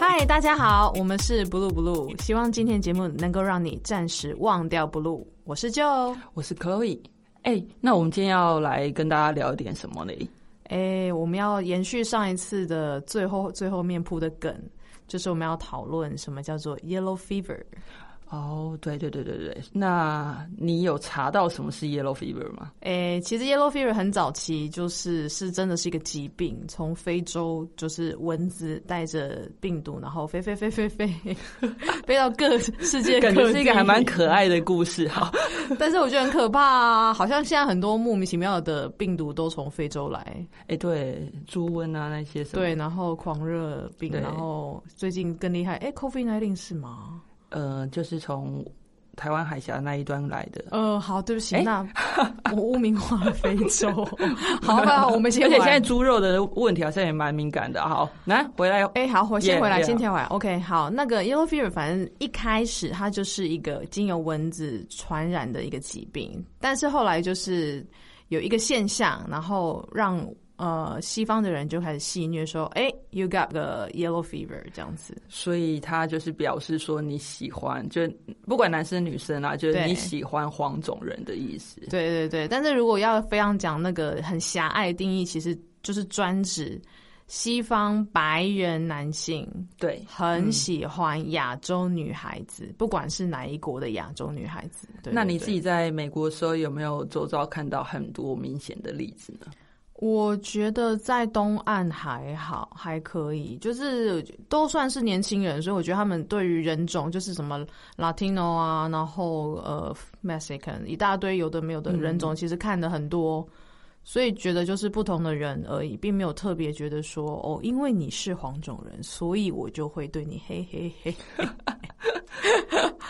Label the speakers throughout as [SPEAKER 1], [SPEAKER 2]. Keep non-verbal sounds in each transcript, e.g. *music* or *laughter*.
[SPEAKER 1] 嗨，大家好，我们是 Blue Blue，希望今天节目能够让你暂时忘掉 Blue。我是 Joe，
[SPEAKER 2] 我是 Chloe。哎、那我们今天要来跟大家聊一点什么嘞？
[SPEAKER 1] 哎，我们要延续上一次的最后最后面铺的梗，就是我们要讨论什么叫做 Yellow Fever。
[SPEAKER 2] 哦、对对对对对，那你有查到什么是 yellow fever 吗？
[SPEAKER 1] 诶，哎其实 yellow fever 很早期就是是真的是一个疾病，从非洲就是蚊子带着病毒，然后飞飞飞飞飞飞到各世界各
[SPEAKER 2] 感
[SPEAKER 1] 地，
[SPEAKER 2] 觉是一个还蛮可爱的故事哈。
[SPEAKER 1] *laughs* 但是我觉得很可怕啊！好像现在很多莫名其妙的病毒都从非洲来，
[SPEAKER 2] *laughs* 哎、对，猪瘟啊那些什么，
[SPEAKER 1] 对，然后狂热病，
[SPEAKER 2] 对
[SPEAKER 1] 然后最近更厉害，哎，COVID 1 9是吗？
[SPEAKER 2] 呃，就是从台湾海峡那一端来的。
[SPEAKER 1] 呃，好，对不起，
[SPEAKER 2] 哎
[SPEAKER 1] 那我污名化了非洲。 *laughs* 好吧，我们先
[SPEAKER 2] 而
[SPEAKER 1] 回
[SPEAKER 2] 且
[SPEAKER 1] 来，
[SPEAKER 2] 现在猪肉的问题好像也蛮敏感的。好，来回 *laughs* 来，
[SPEAKER 1] 哎、好，我先
[SPEAKER 2] Yeah,
[SPEAKER 1] 回来
[SPEAKER 2] yeah.
[SPEAKER 1] 先跳回来。OK，好，那个 yellow fever，反正一开始它就是一个经由蚊子传染的一个疾病，但是后来就是有一个现象，然后让呃西方的人就开始戏谑说：“哎、y o u got the yellow fever” 这样子。
[SPEAKER 2] 所以他就是表示说你喜欢，就是不管男生女生啊，就是
[SPEAKER 1] 对
[SPEAKER 2] 你喜欢黄种人的意思。
[SPEAKER 1] 对对对，但是如果要非常讲那个很狭隘的定义，其实就是专指西方白人男性
[SPEAKER 2] 对，
[SPEAKER 1] 很喜欢亚洲女孩子，不管是哪一国的亚洲女孩子。对
[SPEAKER 2] 那
[SPEAKER 1] 对
[SPEAKER 2] 你
[SPEAKER 1] 对
[SPEAKER 2] 自己在美国的时候有没有周遭看到很多明显的例子呢？
[SPEAKER 1] 我觉得在东岸还好，还可以，就是都算是年轻人，所以我觉得他们对于人种，就是什么 Latino 啊，然后呃 Mexican 一大堆有的没有的人
[SPEAKER 2] 嗯
[SPEAKER 1] 种，其实看的很多，所以觉得就是不同的人而已，并没有特别觉得说哦，因为你是黄种人，所以我就会对你嘿嘿嘿。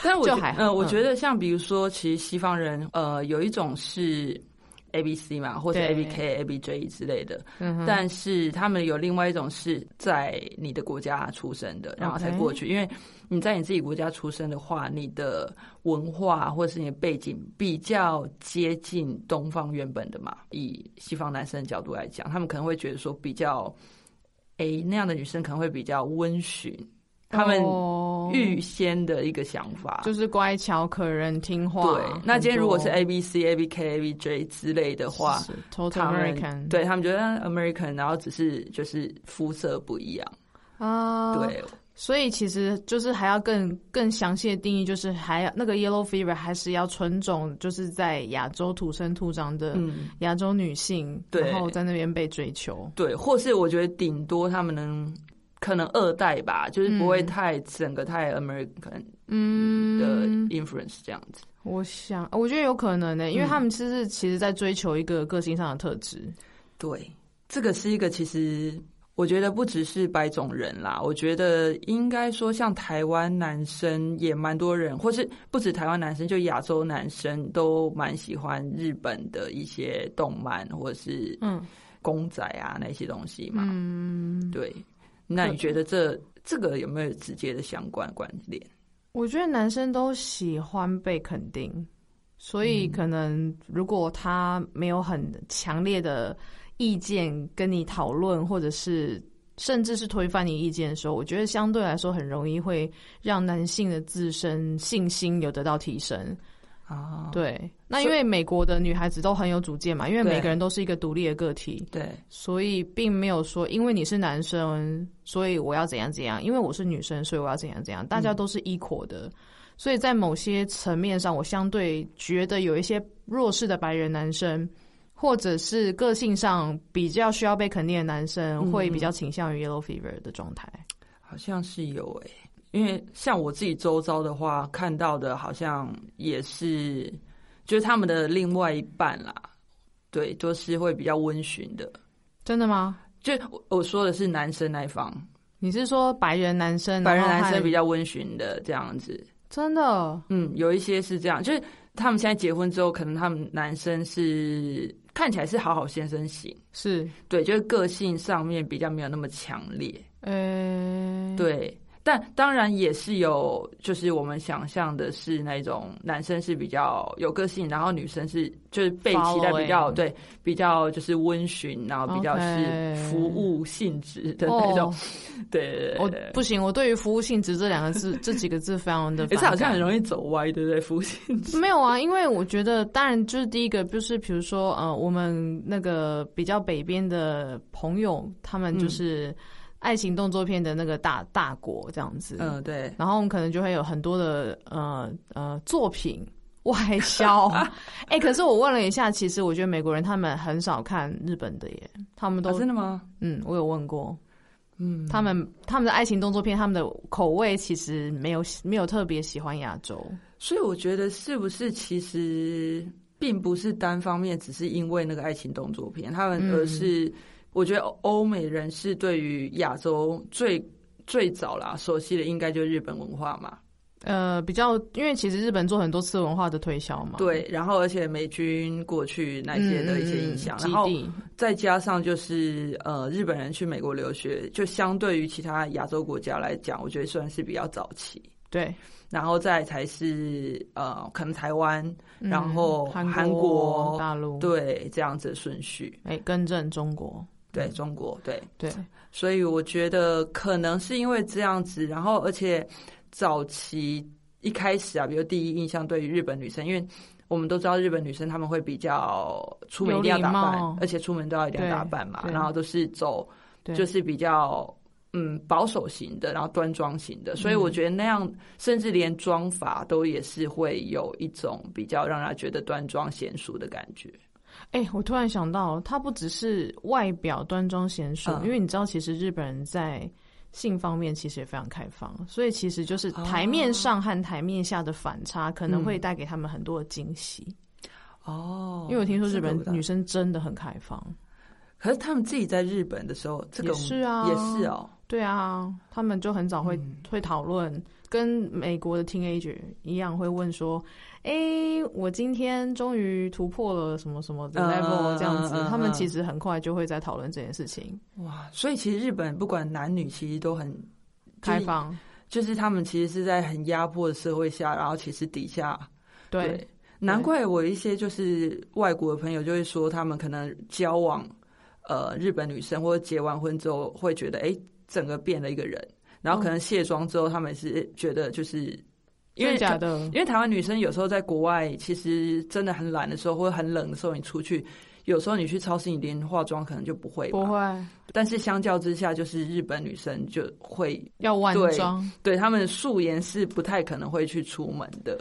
[SPEAKER 2] 但我
[SPEAKER 1] 就
[SPEAKER 2] 觉
[SPEAKER 1] 还好
[SPEAKER 2] 呃，我
[SPEAKER 1] 嗯
[SPEAKER 2] 觉得像比如说，其实西方人呃有一种是 A B C 嘛，或者
[SPEAKER 1] 对
[SPEAKER 2] A B K、A B J 之类的，
[SPEAKER 1] 嗯哼，
[SPEAKER 2] 但是他们有另外一种是在你的国家出生的，然后才
[SPEAKER 1] OK
[SPEAKER 2] 过去。因为你在你自己国家出生的话，你的文化或者是你的背景比较接近东方原本的嘛。以西方男生的角度来讲，他们可能会觉得说比较，诶、那样的女生可能会比较温驯， *laughs* 他们
[SPEAKER 1] 哦
[SPEAKER 2] 预先的一个想法。
[SPEAKER 1] 就是乖巧、可人、听话。
[SPEAKER 2] 对，那今天如果是
[SPEAKER 1] 很多
[SPEAKER 2] A B C、A B K、A B J 之类的话，
[SPEAKER 1] 是是 Total
[SPEAKER 2] 他们
[SPEAKER 1] American，
[SPEAKER 2] 对他们觉得嗯 American，然后只是就是肤色不一样，
[SPEAKER 1] 啊，，
[SPEAKER 2] 对，
[SPEAKER 1] 所以其实就是还要更更详细的定义，就是还要那个 yellow fever 还是要纯种，就是在亚洲土生土长的
[SPEAKER 2] 嗯，
[SPEAKER 1] 亚洲女性，
[SPEAKER 2] 对
[SPEAKER 1] 然后在那边被追求。
[SPEAKER 2] 对，或是我觉得顶多他们能可能二代吧，就是不会
[SPEAKER 1] 嗯
[SPEAKER 2] 太整个太 American 的
[SPEAKER 1] 嗯，
[SPEAKER 2] influence 这样子，
[SPEAKER 1] 我想我觉得有可能呢、欸因为他们其实其实在追求一个个性上的特质。
[SPEAKER 2] 对，这个是一个其实。我觉得不只是白种人啦，我觉得应该说像台湾男生也蛮多人，或是不止台湾男生，就亚洲男生都蛮喜欢日本的一些动漫或是
[SPEAKER 1] 嗯
[SPEAKER 2] 公仔啊那些东西嘛。
[SPEAKER 1] 嗯，
[SPEAKER 2] 对，那你觉得这这个有没有直接的相关关联？
[SPEAKER 1] 我觉得男生都喜欢被肯定，所以
[SPEAKER 2] 嗯
[SPEAKER 1] 可能如果他没有很强烈的意见跟你讨论，或者是甚至是推翻你意见的时候，我觉得相对来说很容易会让男性的自身信心有得到提升。
[SPEAKER 2] 啊，
[SPEAKER 1] 对，那
[SPEAKER 2] 所以
[SPEAKER 1] 因为美国的女孩子都很有主见嘛，因为
[SPEAKER 2] 对
[SPEAKER 1] 每个人都是一个独立的个体，
[SPEAKER 2] 对
[SPEAKER 1] 所以并没有说因为你是男生，所以我要怎样怎样；因为我是女生，所以我要怎样怎样。大家都是 equal 的，所以在某些层面上，我相对觉得有一些弱势的白人男生，或者是个性上比较需要被肯定的男生，
[SPEAKER 2] 嗯
[SPEAKER 1] 会比较倾向于 yellow fever 的状态。
[SPEAKER 2] 好像是有诶、因为像我自己周遭的话，看到的好像也是，就是他们的另外一半啦，对，都是会比较温驯的。
[SPEAKER 1] 真的吗？
[SPEAKER 2] 就我我说的是男生那一方，
[SPEAKER 1] 你是说白人男生，
[SPEAKER 2] 白人
[SPEAKER 1] 然后
[SPEAKER 2] 男生
[SPEAKER 1] 和
[SPEAKER 2] 比较温驯的这样子，
[SPEAKER 1] 真的？
[SPEAKER 2] 嗯，有一些是这样，就是他们现在结婚之后，可能他们男生是看起来是好好先生型，
[SPEAKER 1] 是，
[SPEAKER 2] 对，就是个性上面比较没有那么强烈，
[SPEAKER 1] 呃、，
[SPEAKER 2] 对。但当然也是有，就是我们想象的是那种男生是比较有个性，然后女生是就是被期待
[SPEAKER 1] Following
[SPEAKER 2] 比较对，比较就是温驯，然后比较是
[SPEAKER 1] 哎 OK
[SPEAKER 2] 服务性质的那种。对对对
[SPEAKER 1] 哦我
[SPEAKER 2] 对
[SPEAKER 1] 不行，我对于服务性质这两个字，这几个字非常的
[SPEAKER 2] 可
[SPEAKER 1] 反
[SPEAKER 2] 是
[SPEAKER 1] 感。
[SPEAKER 2] 好像很容易走歪，对不对？服务性质。
[SPEAKER 1] 没有啊，因为我觉得，当然就是第一个就是，比如说呃，我们那个比较北边的朋友，他们
[SPEAKER 2] 嗯
[SPEAKER 1] 就是爱情动作片的那个大大国这样子，
[SPEAKER 2] 嗯，对，
[SPEAKER 1] 然后我们可能就会有很多的呃呃作品外
[SPEAKER 2] *laughs*
[SPEAKER 1] 销。哎、可是我问了一下，其实我觉得美国人他们很少看日本的耶，他们都、
[SPEAKER 2] 哦真的吗？
[SPEAKER 1] 嗯，我有问过。
[SPEAKER 2] 嗯，
[SPEAKER 1] 他们他们的爱情动作片，他们的口味其实没有没有特别喜欢亚洲，
[SPEAKER 2] 所以我觉得是不是其实并不是单方面，只是因为那个爱情动作片，他们
[SPEAKER 1] 嗯
[SPEAKER 2] 而是、我觉得欧欧美人是对于亚洲最最早啦熟悉的应该就是日本文化嘛，
[SPEAKER 1] 呃，比较因为其实日本做很多次文化的推销嘛，
[SPEAKER 2] 对，然后而且美军过去那
[SPEAKER 1] 嗯，
[SPEAKER 2] 些的一些
[SPEAKER 1] 嗯
[SPEAKER 2] 影响，
[SPEAKER 1] 嗯
[SPEAKER 2] 然后
[SPEAKER 1] 基地
[SPEAKER 2] 再加上就是呃日本人去美国留学，就相对于其他亚洲国家来讲，我觉得算是比较早期。
[SPEAKER 1] 对，
[SPEAKER 2] 然后再才是呃，可能台湾，
[SPEAKER 1] 嗯
[SPEAKER 2] 然后
[SPEAKER 1] 韩
[SPEAKER 2] 韩国
[SPEAKER 1] 大陆，
[SPEAKER 2] 对这样子的顺序，
[SPEAKER 1] 哎，更正中国，
[SPEAKER 2] 对中国对，
[SPEAKER 1] 对，
[SPEAKER 2] 所以我觉得可能是因为这样子，然后而且早期一开始啊，比如第一印象对于日本女生，因为我们都知道日本女生她们会比较出门一定要
[SPEAKER 1] 有
[SPEAKER 2] 打
[SPEAKER 1] 礼貌
[SPEAKER 2] 扮，而且出门都要一定要打扮嘛，
[SPEAKER 1] 对对
[SPEAKER 2] 然后都是走
[SPEAKER 1] 对
[SPEAKER 2] 就是比较。嗯，保守型的，然后端庄型的，
[SPEAKER 1] 嗯
[SPEAKER 2] 所以我觉得那样，甚至连妆法都也是会有一种比较让人觉得端庄娴熟的感觉。
[SPEAKER 1] 哎、我突然想到，他不只是外表端庄娴熟，
[SPEAKER 2] 嗯
[SPEAKER 1] 因为你知道，其实日本人在性方面其实也非常开放，所以其实就是
[SPEAKER 2] 哦嗯
[SPEAKER 1] 台面上和台面下的反差，可能会带给他们很多的惊喜。
[SPEAKER 2] 哦
[SPEAKER 1] 因为我听说
[SPEAKER 2] 这
[SPEAKER 1] 日
[SPEAKER 2] 个
[SPEAKER 1] 本
[SPEAKER 2] 我倒
[SPEAKER 1] 女生真的很开放，
[SPEAKER 2] 可是他们自己在日本的时候，这个
[SPEAKER 1] 也是啊
[SPEAKER 2] 也是哦。
[SPEAKER 1] 对啊，他们就很早会、
[SPEAKER 2] 嗯
[SPEAKER 1] 会讨论，跟美国的 teenager 一样会问说，哎、我今天终于突破了什么什么的
[SPEAKER 2] 嗯
[SPEAKER 1] level 这样子，
[SPEAKER 2] 嗯嗯嗯
[SPEAKER 1] 他们其实很快就会在讨论这件事情，
[SPEAKER 2] 哇，所以其实日本不管男女，其实都很
[SPEAKER 1] 开，放，
[SPEAKER 2] 就是就是他们其实是在很压迫的社会下，然后其实底下
[SPEAKER 1] 对。
[SPEAKER 2] 难怪我一些就是外国的朋友就会说，他们可能交往呃日本女生或者结完婚之后，会觉得哎、诶整个变了一个人，然后可能卸妆之后，他们是觉得就是因
[SPEAKER 1] 真
[SPEAKER 2] 为
[SPEAKER 1] 的假的？
[SPEAKER 2] 因为台湾女生有时候在国外，其实真的很懒的时候，或者很冷的时候，你出去，有时候你去超市，你连化妆可能就不会。
[SPEAKER 1] 不。会，
[SPEAKER 2] 但是相较之下，就是日本女生就会，
[SPEAKER 1] 要万
[SPEAKER 2] 对
[SPEAKER 1] 妆。
[SPEAKER 2] 对她们素颜是不太可能会去出门的。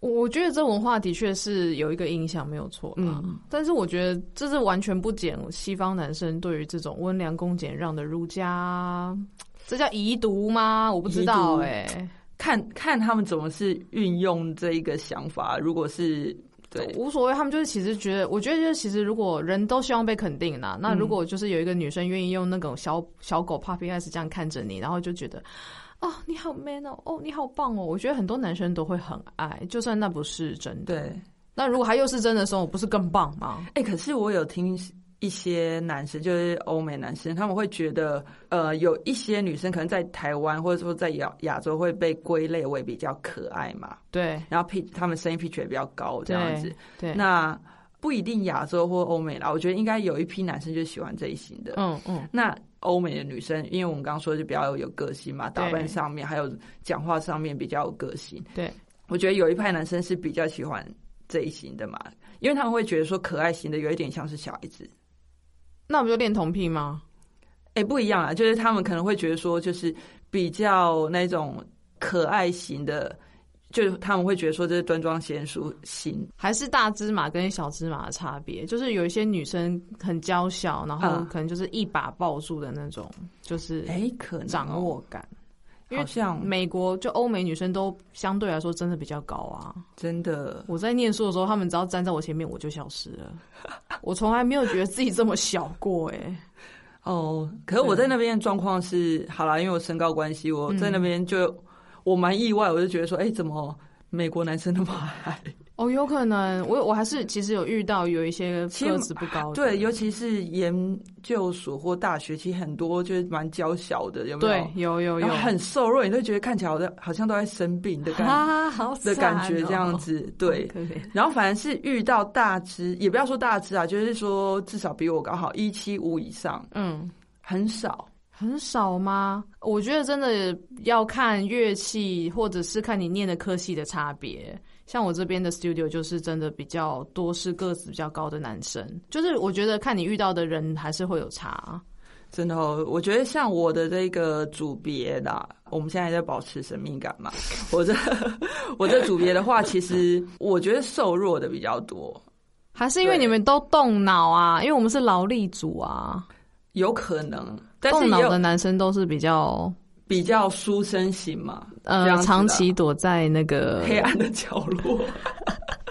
[SPEAKER 1] 我我觉得这文化的确是有一个影响，没有错啦。
[SPEAKER 2] 嗯
[SPEAKER 1] 但是我觉得这是完全不减西方男生对于这种温良恭俭让的儒家，这叫遗毒吗？我不知道
[SPEAKER 2] 遗毒
[SPEAKER 1] 哎、
[SPEAKER 2] 看看他们怎么是运用这一个想法。如果是对，
[SPEAKER 1] 无所谓。他们就是其实觉得，我觉得就是其实如果人都希望被肯定啦，那如果
[SPEAKER 2] 嗯
[SPEAKER 1] 就是有一个女生愿意用那种小小狗 puppy eyes 这样看着你，然后就觉得。哦，你好 man 哦！哦，你好棒哦！我觉得很多男生都会很爱，就算那不是真的。
[SPEAKER 2] 对，
[SPEAKER 1] 那如果他又是真的时候，我不是更棒吗？
[SPEAKER 2] 哎、可是我有听一些男生，就是欧美男生，他们会觉得，呃，有一些女生可能在台湾或者说在亚亚洲会被归类为比较可爱嘛，
[SPEAKER 1] 对
[SPEAKER 2] 然后 pitch 他们声音 pitch 也比较高这样子。
[SPEAKER 1] 对，
[SPEAKER 2] 那不一定亚洲或欧美啦，我觉得应该有一批男生就喜欢这一型的。
[SPEAKER 1] 嗯嗯，
[SPEAKER 2] 那欧美的女生，因为我们刚刚说就比较有个性嘛，
[SPEAKER 1] 对
[SPEAKER 2] 打扮上面还有讲话上面比较有个性。
[SPEAKER 1] 对，
[SPEAKER 2] 我觉得有一派男生是比较喜欢这一型的嘛，因为他们会觉得说可爱型的有一点像是小孩子。
[SPEAKER 1] 那不就恋童癖吗？
[SPEAKER 2] 哎、不一样啊，就是他们可能会觉得说，就是比较那种可爱型的，就是他们会觉得说这是端庄娴熟型。
[SPEAKER 1] 还是大芝麻跟小芝麻的差别，就是有一些女生很娇小，然后
[SPEAKER 2] 嗯
[SPEAKER 1] 可能就是一把抱住的那种，就是
[SPEAKER 2] 哎、可能、
[SPEAKER 1] 掌握，感。哦因为
[SPEAKER 2] 好像
[SPEAKER 1] 美国就欧美女生都相对来说真的比较高啊。
[SPEAKER 2] 真的
[SPEAKER 1] 我在念书的时候，她们只要站在我前面，我就消失了。我从来没有觉得自己这么小过、哎，
[SPEAKER 2] 哦。可是我在那边的状况是，好啦，因为我身高关系，
[SPEAKER 1] 嗯 *laughs*
[SPEAKER 2] 我在那边就、我蛮意外，我就觉得说，哎、怎么美国男生那么矮？
[SPEAKER 1] 哦，有可能，我我还是其实有遇到有一些
[SPEAKER 2] 其实
[SPEAKER 1] 个子不高的，
[SPEAKER 2] 对，尤其是研究所或大学，其实很多就是蛮娇小的，有没有？
[SPEAKER 1] 对，有有有
[SPEAKER 2] 然后，很瘦弱，你都觉得看起来好像好像都在生病的感、
[SPEAKER 1] 啊， *laughs* 好
[SPEAKER 2] 的感
[SPEAKER 1] 惨
[SPEAKER 2] 觉
[SPEAKER 1] 哦
[SPEAKER 2] 这样，子，对
[SPEAKER 1] 好。 *laughs* 可怜
[SPEAKER 2] 然后反而是遇到大只，也不要说大只啊，就是说至少比我高好一七五以上，
[SPEAKER 1] 嗯，
[SPEAKER 2] 很少。
[SPEAKER 1] 很少吗？我觉得真的要看乐器，或者是看你念的科系的差别。像我这边的 studio 就是真的比较多是个子比较高的男生，就是我觉得看你遇到的人还是会有差。
[SPEAKER 2] 真的哦，我觉得像我的这个组别啦，我们现在在保持神秘感嘛。 *laughs* 我这我这组别的话，其实我觉得瘦弱的比较多，
[SPEAKER 1] 还是因为
[SPEAKER 2] 对
[SPEAKER 1] 你们都动脑啊，因为我们是劳力组啊，
[SPEAKER 2] 有可能，但是
[SPEAKER 1] 动
[SPEAKER 2] 也
[SPEAKER 1] 脑的
[SPEAKER 2] 有
[SPEAKER 1] 男生都是比较
[SPEAKER 2] 比较书生型嘛，这样
[SPEAKER 1] 呃
[SPEAKER 2] 子的啊
[SPEAKER 1] 长期躲在那个
[SPEAKER 2] 黑暗的角落。 *laughs*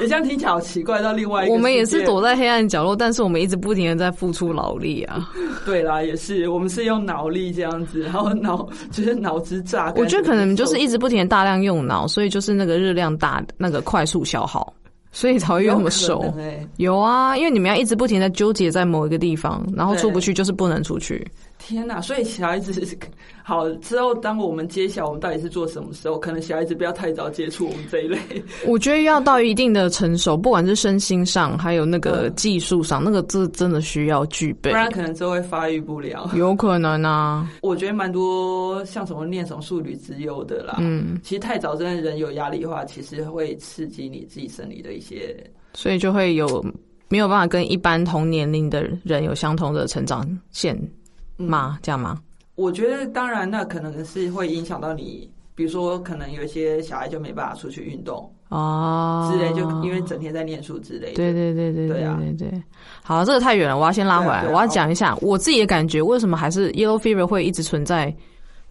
[SPEAKER 2] 你这样听起来好奇怪，到另外一个
[SPEAKER 1] 我们也
[SPEAKER 2] 世
[SPEAKER 1] 是
[SPEAKER 2] 界
[SPEAKER 1] 躲在黑暗角落，但是我们一直不停的在付出劳力啊。
[SPEAKER 2] 对啦，也是我们是用脑力这样子，然后脑就是脑子榨干。
[SPEAKER 1] 我觉得可能就是一直不停的大量用脑，所以就是那个热量大，那个快速消耗，所以才会越
[SPEAKER 2] 有
[SPEAKER 1] 那么
[SPEAKER 2] 可
[SPEAKER 1] 瘦
[SPEAKER 2] 能。欸
[SPEAKER 1] 有啊，因为你们要一直不停的纠结在某一个地方，然后出不去就是不能出去。
[SPEAKER 2] 天呐！所以小孩子 *laughs* 是好之后，当我们揭晓我们到底是做什么时候，可能小孩子不要太早接触我们这一类。
[SPEAKER 1] 我觉得要到一定的成熟，不管是身心上，还有那个
[SPEAKER 2] 嗯
[SPEAKER 1] 技术上，那个这真的需要具
[SPEAKER 2] 不
[SPEAKER 1] 备。
[SPEAKER 2] 然可能之后会发育不良。 *laughs*
[SPEAKER 1] 有可能啊，
[SPEAKER 2] 我觉得蛮多像什么念什么数理之忧的啦，
[SPEAKER 1] 嗯，
[SPEAKER 2] 其实太早真的人有压力的话，其实会刺激你自己生理的一些。
[SPEAKER 1] 所以就会有没有办法跟一般同年龄的人有相同的成长线
[SPEAKER 2] 嗯
[SPEAKER 1] 吗？这样吗？
[SPEAKER 2] 我觉得当然，那可能是会影响到你，比如说可能有一些小孩就没办法出去运动
[SPEAKER 1] 哦，
[SPEAKER 2] 之类，就因为整天在念书之类的。
[SPEAKER 1] 对对对对
[SPEAKER 2] 对啊
[SPEAKER 1] 对对。好，这个太远了，我要先拉回
[SPEAKER 2] 对啊
[SPEAKER 1] 来，
[SPEAKER 2] 对啊
[SPEAKER 1] 我要讲一下我自己的感觉，为什么还是 yellow fever 会一直存在。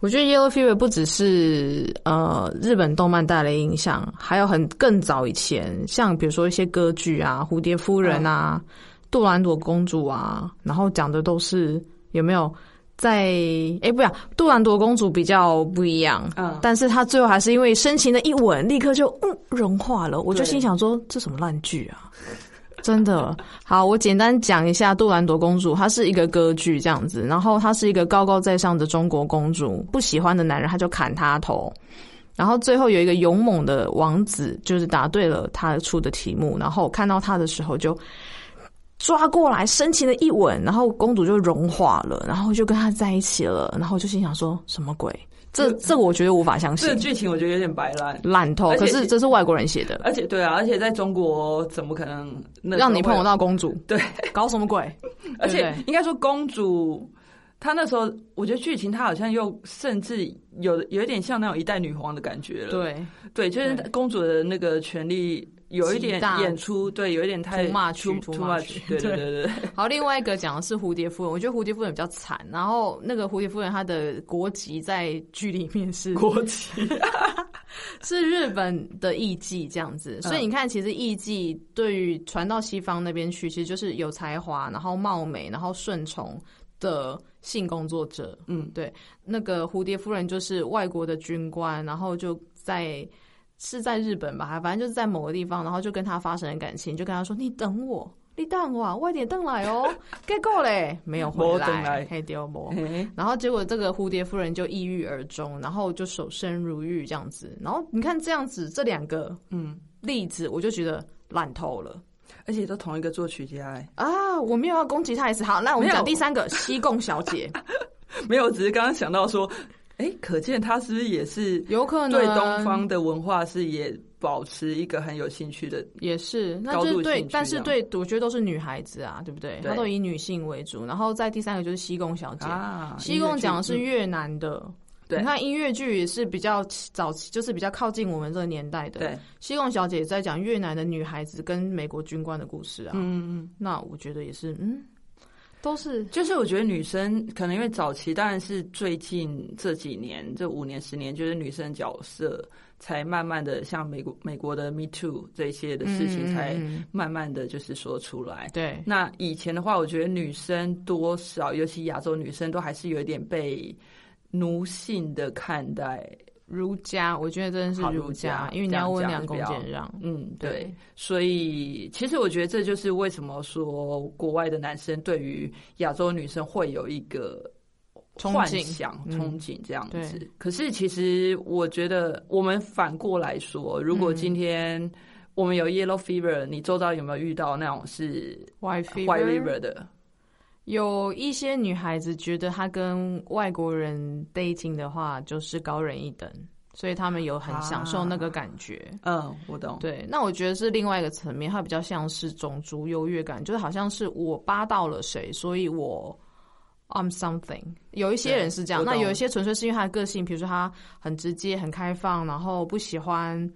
[SPEAKER 1] 我觉得 Yellow Fever 不只是呃日本动漫带来的影响，还有很更早以前，像比如说一些歌剧啊，《蝴蝶夫人》啊，
[SPEAKER 2] 嗯
[SPEAKER 1] 杜兰朵公主》啊，然后讲的都是有没有在哎不呀，杜兰朵公主比较不一样，
[SPEAKER 2] 嗯
[SPEAKER 1] 但是她最后还是因为深情的一吻，立刻就嗯融化了。我就
[SPEAKER 2] 对
[SPEAKER 1] 心想说，这什么烂剧啊！ *laughs* 真的好，我简单讲一下《杜兰朵公主》，她是一个歌剧这样子，然后她是一个高高在上的中国公主，不喜欢的男人她就砍他头，然后最后有一个勇猛的王子，就是答对了他出的题目，然后看到他的时候就抓过来深情的一吻，然后公主就融化了，然后就跟他在一起了，然后我就心想说什么鬼？这这我觉得无法相
[SPEAKER 2] 这个
[SPEAKER 1] 信，
[SPEAKER 2] 剧情我觉得有点白烂。
[SPEAKER 1] 烂透。
[SPEAKER 2] 而且
[SPEAKER 1] 可是
[SPEAKER 2] 是
[SPEAKER 1] 这是外国人写的，
[SPEAKER 2] 而且对啊，而且在中国怎么可能那时候
[SPEAKER 1] 让你碰得
[SPEAKER 2] 会？
[SPEAKER 1] 到公主，
[SPEAKER 2] 对，
[SPEAKER 1] 搞什么鬼？
[SPEAKER 2] 而且
[SPEAKER 1] 对不
[SPEAKER 2] 应该说公主，她那时候我觉得剧情她好像又甚至有的有一点像那种一代女皇的感觉了。
[SPEAKER 1] 对，
[SPEAKER 2] 对，就是
[SPEAKER 1] 对
[SPEAKER 2] 公主的那个权力有一
[SPEAKER 1] 极
[SPEAKER 2] 点
[SPEAKER 1] 大
[SPEAKER 2] 演出，对，有一点太
[SPEAKER 1] Too much, too
[SPEAKER 2] too
[SPEAKER 1] much
[SPEAKER 2] much，对对对对，
[SPEAKER 1] 好，另外一个讲的是蝴蝶夫人，我觉得蝴蝶夫人比较惨。然后那个蝴蝶夫人她的国籍在剧里面是
[SPEAKER 2] 国旗。
[SPEAKER 1] *laughs* 是日本的艺妓这样子，嗯所以你看，其实艺妓对于传到西方那边去，其实就是有才华，然后貌美，然后顺从的性工作者。
[SPEAKER 2] 嗯，
[SPEAKER 1] 对，那个蝴蝶夫人就是外国的军官，然后就在。是在日本吧，反正就是在某个地方，然后就跟他发生了感情，就跟他说：“你等我，你等我啊，我点等来哦，结果嘞，没有回
[SPEAKER 2] 没回
[SPEAKER 1] 来
[SPEAKER 2] 来，
[SPEAKER 1] 黑丢魔。 *laughs*
[SPEAKER 2] 哎
[SPEAKER 1] 然后结果这个蝴蝶夫人就抑郁而终，然后就守身如玉这样子。然后你看这样子这两个
[SPEAKER 2] 嗯，
[SPEAKER 1] 例子，我就觉得烂透了
[SPEAKER 2] 而且都同一个作曲家，哎 *laughs*
[SPEAKER 1] 啊！我没有要攻击他意思。好，那我们
[SPEAKER 2] 没有
[SPEAKER 1] 讲第三个西贡小姐，
[SPEAKER 2] 没有，只是刚刚想到说，哎，可见他是不是也是
[SPEAKER 1] 有可能
[SPEAKER 2] *laughs* 对东方的文化是也保持一个很有兴趣的？
[SPEAKER 1] 也是，那
[SPEAKER 2] 高
[SPEAKER 1] 就
[SPEAKER 2] 度
[SPEAKER 1] 是对
[SPEAKER 2] 兴，趣
[SPEAKER 1] 但是
[SPEAKER 2] 这样
[SPEAKER 1] 对，我觉得都是女孩子啊，对不对？
[SPEAKER 2] 对
[SPEAKER 1] 她都以女性为主。然后在第三个就是西贡小姐，
[SPEAKER 2] 啊，
[SPEAKER 1] 西贡讲的
[SPEAKER 2] 音乐
[SPEAKER 1] 是
[SPEAKER 2] 剧
[SPEAKER 1] 越南的。
[SPEAKER 2] 对
[SPEAKER 1] 你看音乐剧也是比较早期，就是比较靠近我们这个年代
[SPEAKER 2] 嗯
[SPEAKER 1] 的。
[SPEAKER 2] 对，
[SPEAKER 1] 西贡小姐也在讲越南的女孩子跟美国军官的故事啊。
[SPEAKER 2] 嗯，
[SPEAKER 1] 那我觉得也是，嗯，都是
[SPEAKER 2] 就是我觉得女生可能因为早期当然是最近这几年这五年十年，就是女生角色才慢慢的像美国美国的 Me Too 这些的事情
[SPEAKER 1] 嗯
[SPEAKER 2] 才
[SPEAKER 1] 嗯嗯
[SPEAKER 2] 慢慢的就是说出来。
[SPEAKER 1] 对，
[SPEAKER 2] 那以前的话，我觉得女生多少，尤其亚洲女生，都还是有一点被奴性的看待。
[SPEAKER 1] 儒家，我觉得真的是
[SPEAKER 2] 好儒
[SPEAKER 1] 儒
[SPEAKER 2] 家
[SPEAKER 1] 因为你
[SPEAKER 2] 这样
[SPEAKER 1] 要温
[SPEAKER 2] 讲
[SPEAKER 1] 良
[SPEAKER 2] 就
[SPEAKER 1] 恭
[SPEAKER 2] 不要
[SPEAKER 1] 俭让。
[SPEAKER 2] 嗯，对
[SPEAKER 1] 对，
[SPEAKER 2] 所以其实我觉得这就是为什么说国外的男生对于亚洲女生会有一个
[SPEAKER 1] 憧憬
[SPEAKER 2] 幻想、
[SPEAKER 1] 嗯
[SPEAKER 2] 憧憬这样子
[SPEAKER 1] 对。
[SPEAKER 2] 可是其实我觉得，我们反过来说，如果今天我们有 yellow fever，你周遭有没有遇到那种是
[SPEAKER 1] White
[SPEAKER 2] white
[SPEAKER 1] fever，
[SPEAKER 2] fever 的？
[SPEAKER 1] 有一些女孩子觉得她跟外国人 dating 的话就是高人一等，所以她们有很享受
[SPEAKER 2] 啊
[SPEAKER 1] 那个感觉。
[SPEAKER 2] 嗯，我懂。
[SPEAKER 1] 对，那我觉得是另外一个层面，它比较像是种族优越感，就是好像是我扒到了谁，所以我 I'm something。有一些人是这样，
[SPEAKER 2] 对我
[SPEAKER 1] 那
[SPEAKER 2] 懂
[SPEAKER 1] 有一些纯粹是因为他的个性，比如说他很直接、很开放，然后不喜欢。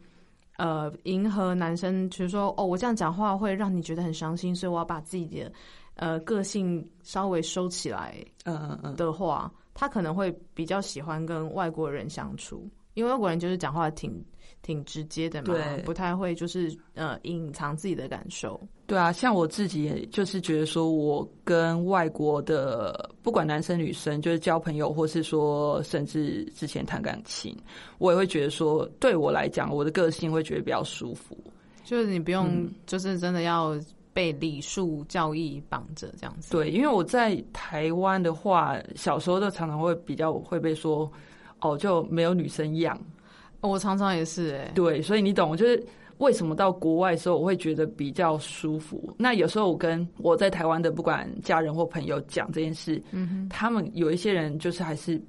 [SPEAKER 1] 呃，迎合男生，比如说哦，我这样讲话会让你觉得很伤心，所以我要把自己的呃个性稍微收起来
[SPEAKER 2] 嗯嗯嗯，
[SPEAKER 1] 的话，他可能会比较喜欢跟外国人相处，因为外国人就是讲话挺挺直接的嘛
[SPEAKER 2] 对，
[SPEAKER 1] 不太会就是呃隐藏自己的感受。
[SPEAKER 2] 对啊，像我自己也就是觉得说，我跟外国的不管男生女生，就是交朋友，或是说甚至之前谈感情，我也会觉得说，对我来讲，我的个性会觉得比较舒服。
[SPEAKER 1] 就是你不
[SPEAKER 2] 嗯
[SPEAKER 1] 用，就是真的要被礼数教义绑着这样子。
[SPEAKER 2] 对，因为我在台湾的话，小时候都常常会比较会被说，哦，就没有女生样。
[SPEAKER 1] 哦我常常也是、欸，
[SPEAKER 2] 对，所以你懂，就是为什么到国外的时候我会觉得比较舒服。那有时候我跟我在台湾的不管家人或朋友讲这件事，嗯、他们有一些人就是还是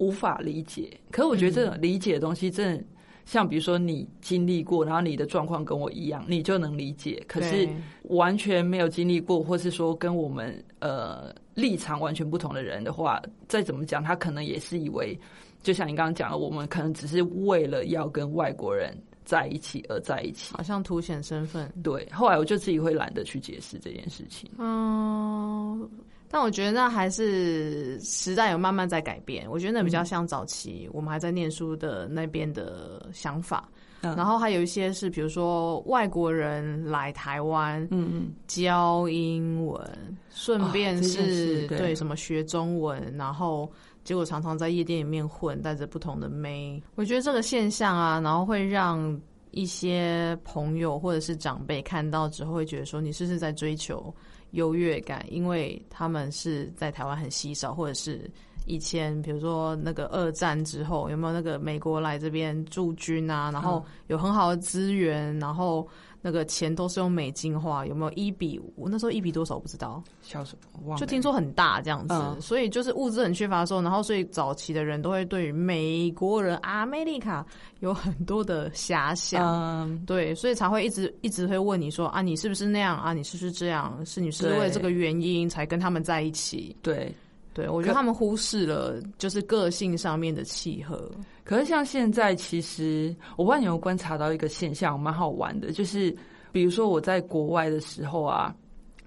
[SPEAKER 2] 无法理解。可是我觉得这种理解的东西，真的像比如说你经历过，然后你的状况跟我一样，你就能理解。可是
[SPEAKER 1] 对
[SPEAKER 2] 完全没有经历过，或是说跟我们呃立场完全不同的人的话，再怎么讲，他可能也是以为，就像你刚刚讲的，我们可能只是为了要跟外国人在一起而在一起。
[SPEAKER 1] 好像凸显身份。
[SPEAKER 2] 对，后来我就自己会懒得去解释这件事情。
[SPEAKER 1] 嗯，但我觉得那还是时代有慢慢在改变。我觉得那比较像早期我们还在念书的那边的想法。
[SPEAKER 2] 嗯
[SPEAKER 1] 然后还有一些是，比如说外国人来台湾
[SPEAKER 2] 嗯嗯，
[SPEAKER 1] 教英文，顺
[SPEAKER 2] 啊
[SPEAKER 1] 便
[SPEAKER 2] 这件
[SPEAKER 1] 是、
[SPEAKER 2] 事对
[SPEAKER 1] 对什么学中文，然后结果常常在夜店里面混，带着不同的妹。我觉得这个现象啊，然后会让一些朋友或者是长辈看到之后，会觉得说你是不是在追求优越感？因为他们是在台湾很稀少，或者是。以前比如说那个二战之后，有没有那个美国来这边驻军啊？然后有很好的资源，然后那个钱都是用美金花，有没有一比我那时候一比多少我不知道，
[SPEAKER 2] 小时候忘了
[SPEAKER 1] 就听说很大这样子，
[SPEAKER 2] 嗯
[SPEAKER 1] 所以就是物资很缺乏的时候，然后所以早期的人都会对于美国人、阿美利卡有很多的遐想。
[SPEAKER 2] 嗯，
[SPEAKER 1] 对，所以才会一直一直会问你说啊，你是不是那样啊？你是不是这样？是你是
[SPEAKER 2] 对
[SPEAKER 1] 为了这个原因才跟他们在一起？
[SPEAKER 2] 对，
[SPEAKER 1] 对我觉得他们忽视了就是个性上面的契合。
[SPEAKER 2] 可是像现在，其实我不知道你有没有观察到一个现象，蛮好玩的，就是比如说我在国外的时候啊，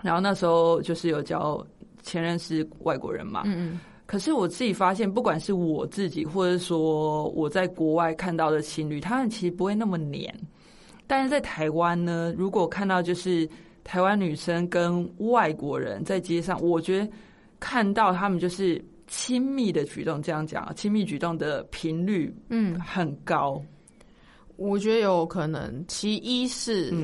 [SPEAKER 2] 然后那时候就是有交前任是外国人嘛，
[SPEAKER 1] 嗯嗯，
[SPEAKER 2] 可是我自己发现，不管是我自己，或者说我在国外看到的情侣，他们其实不会那么黏。但是在台湾呢，如果看到就是台湾女生跟外国人在街上，我觉得看到他们就是亲密的举动，这样讲啊，亲密举动的频率
[SPEAKER 1] 嗯
[SPEAKER 2] 很高。
[SPEAKER 1] 我觉得有可能，其一是、
[SPEAKER 2] 嗯，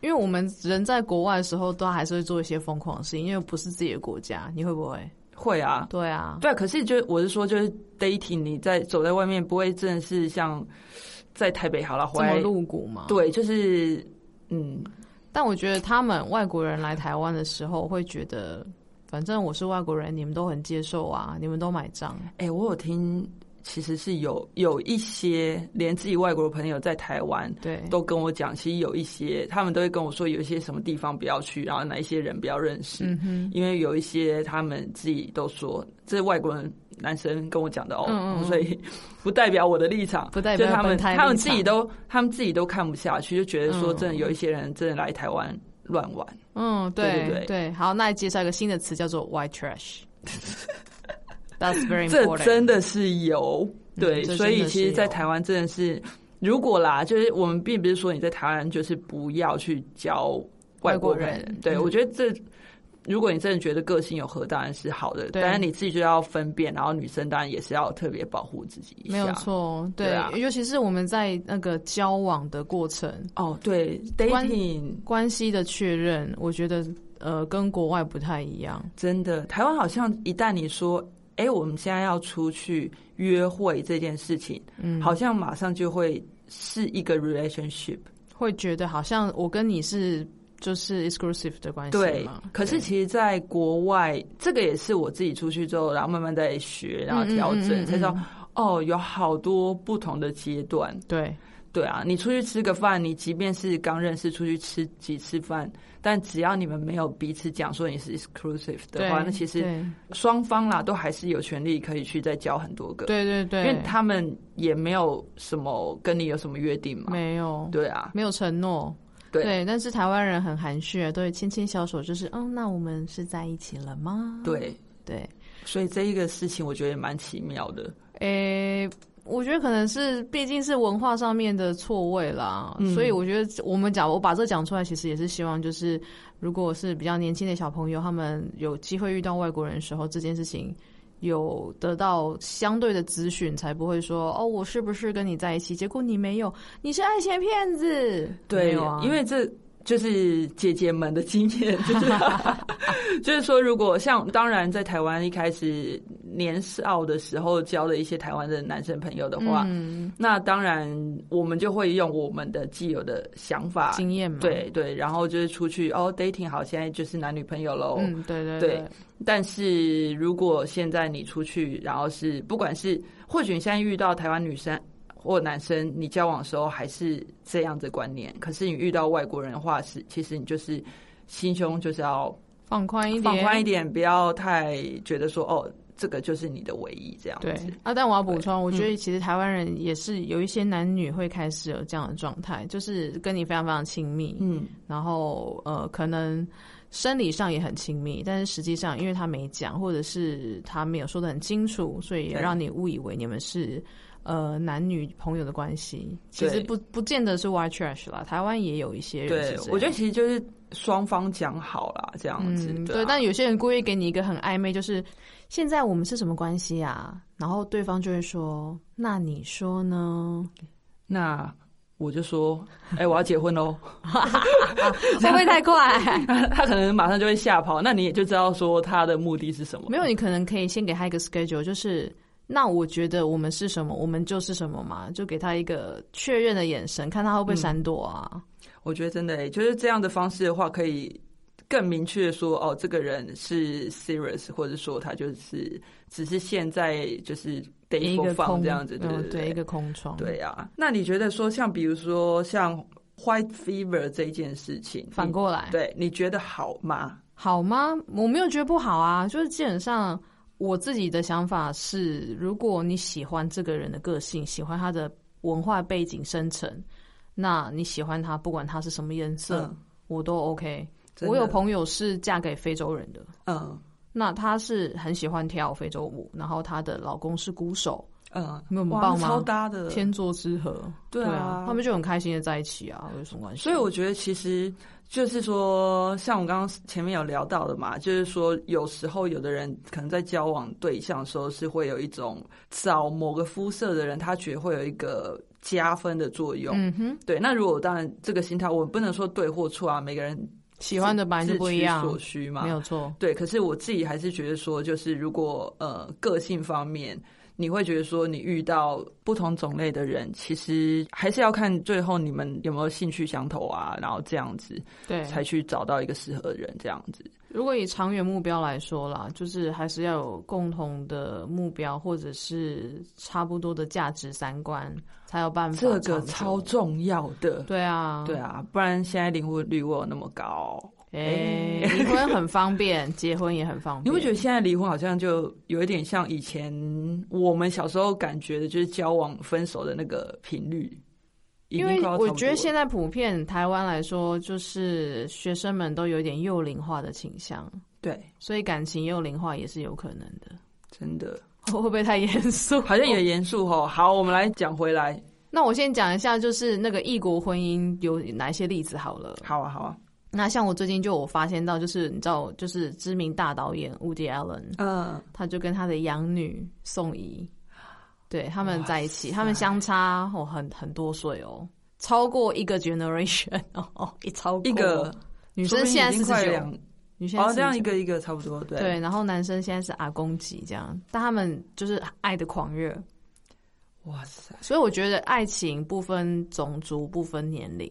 [SPEAKER 1] 因为我们人在国外的时候，都还是会做一些疯狂的事情，因为不是自己的国家，你会不会？
[SPEAKER 2] 会啊，
[SPEAKER 1] 对啊，
[SPEAKER 2] 对啊。可是就我是说，就是 dating，你在走在外面，不会真的是像在台北好了，
[SPEAKER 1] 这
[SPEAKER 2] 回
[SPEAKER 1] 么啊
[SPEAKER 2] 来
[SPEAKER 1] 露骨嘛。，
[SPEAKER 2] 对，就是嗯，
[SPEAKER 1] 但我觉得他们外国人来台湾的时候，会觉得反正我是外国人，你们都很接受啊，你们都买账。
[SPEAKER 2] 哎、我有听，其实是有有一些连自己外国的朋友在台湾
[SPEAKER 1] 对，
[SPEAKER 2] 都跟我讲，其实有一些他们都会跟我说，有一些什么地方不要去，然后哪一些人不要认识，
[SPEAKER 1] 嗯哼，
[SPEAKER 2] 因为有一些他们自己都说，这外国人男生跟我讲的哦，
[SPEAKER 1] 嗯嗯嗯
[SPEAKER 2] *laughs* 所以不代表我的立场，
[SPEAKER 1] 不代
[SPEAKER 2] 就
[SPEAKER 1] 表
[SPEAKER 2] 他们
[SPEAKER 1] 本台立
[SPEAKER 2] 他们自己
[SPEAKER 1] 场
[SPEAKER 2] 都他们自己都看不下去，就觉得说，
[SPEAKER 1] 嗯
[SPEAKER 2] 真的有一些人真的来台湾乱玩。
[SPEAKER 1] 嗯，
[SPEAKER 2] 对
[SPEAKER 1] 对
[SPEAKER 2] 对对
[SPEAKER 1] 好，那来介绍一个新的词，叫做 white
[SPEAKER 2] *laughs*
[SPEAKER 1] trash。That's very
[SPEAKER 2] 这
[SPEAKER 1] important。
[SPEAKER 2] 真的是有对，
[SPEAKER 1] 嗯这
[SPEAKER 2] 所
[SPEAKER 1] 真
[SPEAKER 2] 以
[SPEAKER 1] 的
[SPEAKER 2] 其实，
[SPEAKER 1] 是
[SPEAKER 2] 在
[SPEAKER 1] 有
[SPEAKER 2] 台湾真的是，如果啦，就是我们并不是说你在台湾就是不要去交外
[SPEAKER 1] 外国
[SPEAKER 2] 国人，
[SPEAKER 1] 人
[SPEAKER 2] 对、
[SPEAKER 1] 嗯
[SPEAKER 2] 我觉得这如果你真的觉得个性有合，当然是好的，
[SPEAKER 1] 对
[SPEAKER 2] 但是你自己就要分辨，然后女生当然也是要特别保护自己一下。
[SPEAKER 1] 没有错，哦对，
[SPEAKER 2] 对啊
[SPEAKER 1] 尤其是我们在那个交往的过程，
[SPEAKER 2] 哦，对
[SPEAKER 1] 关
[SPEAKER 2] ，dating
[SPEAKER 1] 关系的确认，我觉得呃跟国外不太一样。
[SPEAKER 2] 真的，台湾好像一旦你说，哎、我们现在要出去约会这件事情，
[SPEAKER 1] 嗯，
[SPEAKER 2] 好像马上就会是一个 relationship。
[SPEAKER 1] 会觉得好像我跟你是就是 exclusive 的关系
[SPEAKER 2] 对
[SPEAKER 1] 嘛，
[SPEAKER 2] 可是
[SPEAKER 1] 对
[SPEAKER 2] 其实，在国外，这个也是我自己出去之后，然后慢慢在学，然后调整，
[SPEAKER 1] 嗯嗯嗯嗯嗯
[SPEAKER 2] 才知道哦，有好多不同的阶段。
[SPEAKER 1] 对
[SPEAKER 2] 对啊，你出去吃个饭，你即便是刚认识出去吃几次饭，但只要你们没有彼此讲说你是 exclusive 的
[SPEAKER 1] 对
[SPEAKER 2] 话，那其实双方啦都还是有权利可以去再交很多个。
[SPEAKER 1] 对对对对，
[SPEAKER 2] 因为他们也没有什么跟你有什么约定嘛。
[SPEAKER 1] 没有
[SPEAKER 2] 对啊，
[SPEAKER 1] 没有承诺。
[SPEAKER 2] 对
[SPEAKER 1] 但是台湾人很含蓄，啊都会牵牵小手，就是嗯，那我们是在一起了吗？
[SPEAKER 2] 对，
[SPEAKER 1] 对，
[SPEAKER 2] 所以这一个事情我觉得也蛮奇妙的。
[SPEAKER 1] 诶、我觉得可能是毕竟是文化上面的错位啦，
[SPEAKER 2] 嗯
[SPEAKER 1] 所以我觉得我们讲我把这讲出来，其实也是希望就是如果是比较年轻的小朋友，他们有机会遇到外国人的时候，这件事情。有得到相对的资讯，才不会说哦，我是不是跟你在一起？结果你没有，你是爱情骗子。没
[SPEAKER 2] 对，
[SPEAKER 1] 有啊，
[SPEAKER 2] 因为这就是姐姐们的经验，就是
[SPEAKER 1] *laughs*
[SPEAKER 2] 就是说，如果像当然在台湾一开始年少的时候交了一些台湾的男生朋友的话，
[SPEAKER 1] 嗯、
[SPEAKER 2] 那当然我们就会用我们的既有的想法。
[SPEAKER 1] 经验嘛，，
[SPEAKER 2] 对对，然后就是出去哦，dating 好，现在就是男女朋友喽。
[SPEAKER 1] 嗯，对对
[SPEAKER 2] 对但是如果现在你出去，然后是不管是或许你现在遇到台湾女生或男生，你交往的时候还是这样的观念，可是你遇到外国人的话是，其实你就是心胸就是要
[SPEAKER 1] 放宽一点，
[SPEAKER 2] 放宽一点，不要太觉得说哦，这个就是你的唯一这样
[SPEAKER 1] 对
[SPEAKER 2] 子。
[SPEAKER 1] 啊，但我要补充，我
[SPEAKER 2] 嗯
[SPEAKER 1] 觉得其实台湾人也是有一些男女会开始有这样的状态，就是跟你非常非常亲密，
[SPEAKER 2] 嗯，
[SPEAKER 1] 然后呃，可能生理上也很亲密，但是实际上因为他没讲，或者是他没有说的很清楚，所以也
[SPEAKER 2] 对
[SPEAKER 1] 让你误以为你们是。呃，男女朋友的关系其实
[SPEAKER 2] 对
[SPEAKER 1] 不不见得是 white trash 啦，台湾也有一些人嗯是这，
[SPEAKER 2] 对
[SPEAKER 1] 样
[SPEAKER 2] 我觉得其实就是双方讲好啦，这样子。
[SPEAKER 1] 嗯，
[SPEAKER 2] 对啊
[SPEAKER 1] 但有些人故意给你一个很暧昧，就是现在我们是什么关系啊？然后对方就会说：“那你说 *laughs* 呢？
[SPEAKER 2] 那我就说，哎、我要结婚喽。
[SPEAKER 1] 会不会太快？
[SPEAKER 2] *laughs* 他可能马上就会吓跑，那你也就知道说他的目的是什么。
[SPEAKER 1] *laughs* 没有，你可能可以先给他一个 schedule，就是那我觉得我们是什么，我们就是什么嘛，就给他一个确认的眼神，看他会不会闪躲啊？
[SPEAKER 2] 我觉得真的、欸，就是这样的方式的话，可以更明确地说，哦，这个人是 serious，或者说他就是只是现在就是 day
[SPEAKER 1] 嗯一
[SPEAKER 2] for
[SPEAKER 1] 个
[SPEAKER 2] fun
[SPEAKER 1] 空
[SPEAKER 2] 这样子，对
[SPEAKER 1] 嗯
[SPEAKER 2] 对
[SPEAKER 1] 一
[SPEAKER 2] 对，
[SPEAKER 1] 个空窗，
[SPEAKER 2] 对啊。那你觉得说，像比如说像 white fever 这一件事情，
[SPEAKER 1] 反过来
[SPEAKER 2] 你对你觉得好吗？
[SPEAKER 1] 好吗？我没有觉得不好啊，就是基本上我自己的想法是，如果你喜欢这个人的个性，喜欢他的文化背景生成，那你喜欢他，不管他是什么颜色，
[SPEAKER 2] 嗯
[SPEAKER 1] 我都 OK。
[SPEAKER 2] 真的
[SPEAKER 1] 我有朋友是嫁给非洲人的，
[SPEAKER 2] 嗯
[SPEAKER 1] 那她是很喜欢跳非洲舞，然后她的老公是鼓手，
[SPEAKER 2] 嗯，
[SPEAKER 1] 没有很
[SPEAKER 2] 哇
[SPEAKER 1] 棒吗
[SPEAKER 2] 超搭的，
[SPEAKER 1] 天作之合。
[SPEAKER 2] 对啊
[SPEAKER 1] 啊，他们就很开心的在一起啊，有什么关系？
[SPEAKER 2] 所以我觉得其实就是说，像我刚刚前面有聊到的嘛，就是说有时候有的人可能在交往对象的时候是会有一种找某个肤色的人，他觉得会有一个加分的作用。
[SPEAKER 1] 嗯哼，
[SPEAKER 2] 对，那如果当然这个心态，我不能说对或错啊，每个人
[SPEAKER 1] 喜欢的本来就不一样
[SPEAKER 2] 自取，所需嘛
[SPEAKER 1] 没。有错。
[SPEAKER 2] 对，可是我自己还是觉得说，就是如果呃个性方面，你会觉得说你遇到不同种类的人，其实还是要看最后你们有没有兴趣相投啊，然后这样子
[SPEAKER 1] 对，
[SPEAKER 2] 才去找到一个适合的人，这样子。
[SPEAKER 1] 如果以长远目标来说啦，就是还是要有共同的目标，或者是差不多的价值三观，才有办法
[SPEAKER 2] 这
[SPEAKER 1] 长久。
[SPEAKER 2] 个超重要的。
[SPEAKER 1] 对啊，
[SPEAKER 2] 对，啊，不然现在离婚率我有那么高，
[SPEAKER 1] 哎、离婚很方便， *laughs* 结婚也很方便。
[SPEAKER 2] 你会觉得现在离婚好像就有一点像以前我们小时候感觉的，就是交往分手的那个频率，已
[SPEAKER 1] 因
[SPEAKER 2] 经
[SPEAKER 1] 为
[SPEAKER 2] 快要
[SPEAKER 1] 我
[SPEAKER 2] 差不
[SPEAKER 1] 觉得
[SPEAKER 2] 多
[SPEAKER 1] 现在普遍台湾来说，就是学生们都有点幼龄化的倾向，
[SPEAKER 2] 对
[SPEAKER 1] 所以感情幼龄化也是有可能的。 *laughs*
[SPEAKER 2] 真的。
[SPEAKER 1] 会不会太严肃？
[SPEAKER 2] *laughs* 好像也严肃哦。好，我们来讲回来。
[SPEAKER 1] 那我先讲一下，就是那个异国婚姻有哪一些例子好了。
[SPEAKER 2] 好啊，好啊，
[SPEAKER 1] 那像我最近就我发现到，就是你知道，就是知名大导演 Woody Allen，
[SPEAKER 2] 嗯，
[SPEAKER 1] 他就跟他的养女宋怡，对他们
[SPEAKER 2] 哇
[SPEAKER 1] 在一起，
[SPEAKER 2] 塞
[SPEAKER 1] 他们相差哦很很多岁哦，超过一个 *laughs* generation 哦，一超过
[SPEAKER 2] 一个
[SPEAKER 1] 女生
[SPEAKER 2] 说不定
[SPEAKER 1] 现在
[SPEAKER 2] 已
[SPEAKER 1] 四
[SPEAKER 2] 经快
[SPEAKER 1] 十
[SPEAKER 2] 两
[SPEAKER 1] 九，女生
[SPEAKER 2] 哦，这样一
[SPEAKER 1] 49
[SPEAKER 2] 个一个差不多，对
[SPEAKER 1] 对，然后男生现在是阿公级这样，但他们就是爱的狂热，
[SPEAKER 2] 哇塞，
[SPEAKER 1] 所以我觉得爱情不分种族、不分年龄，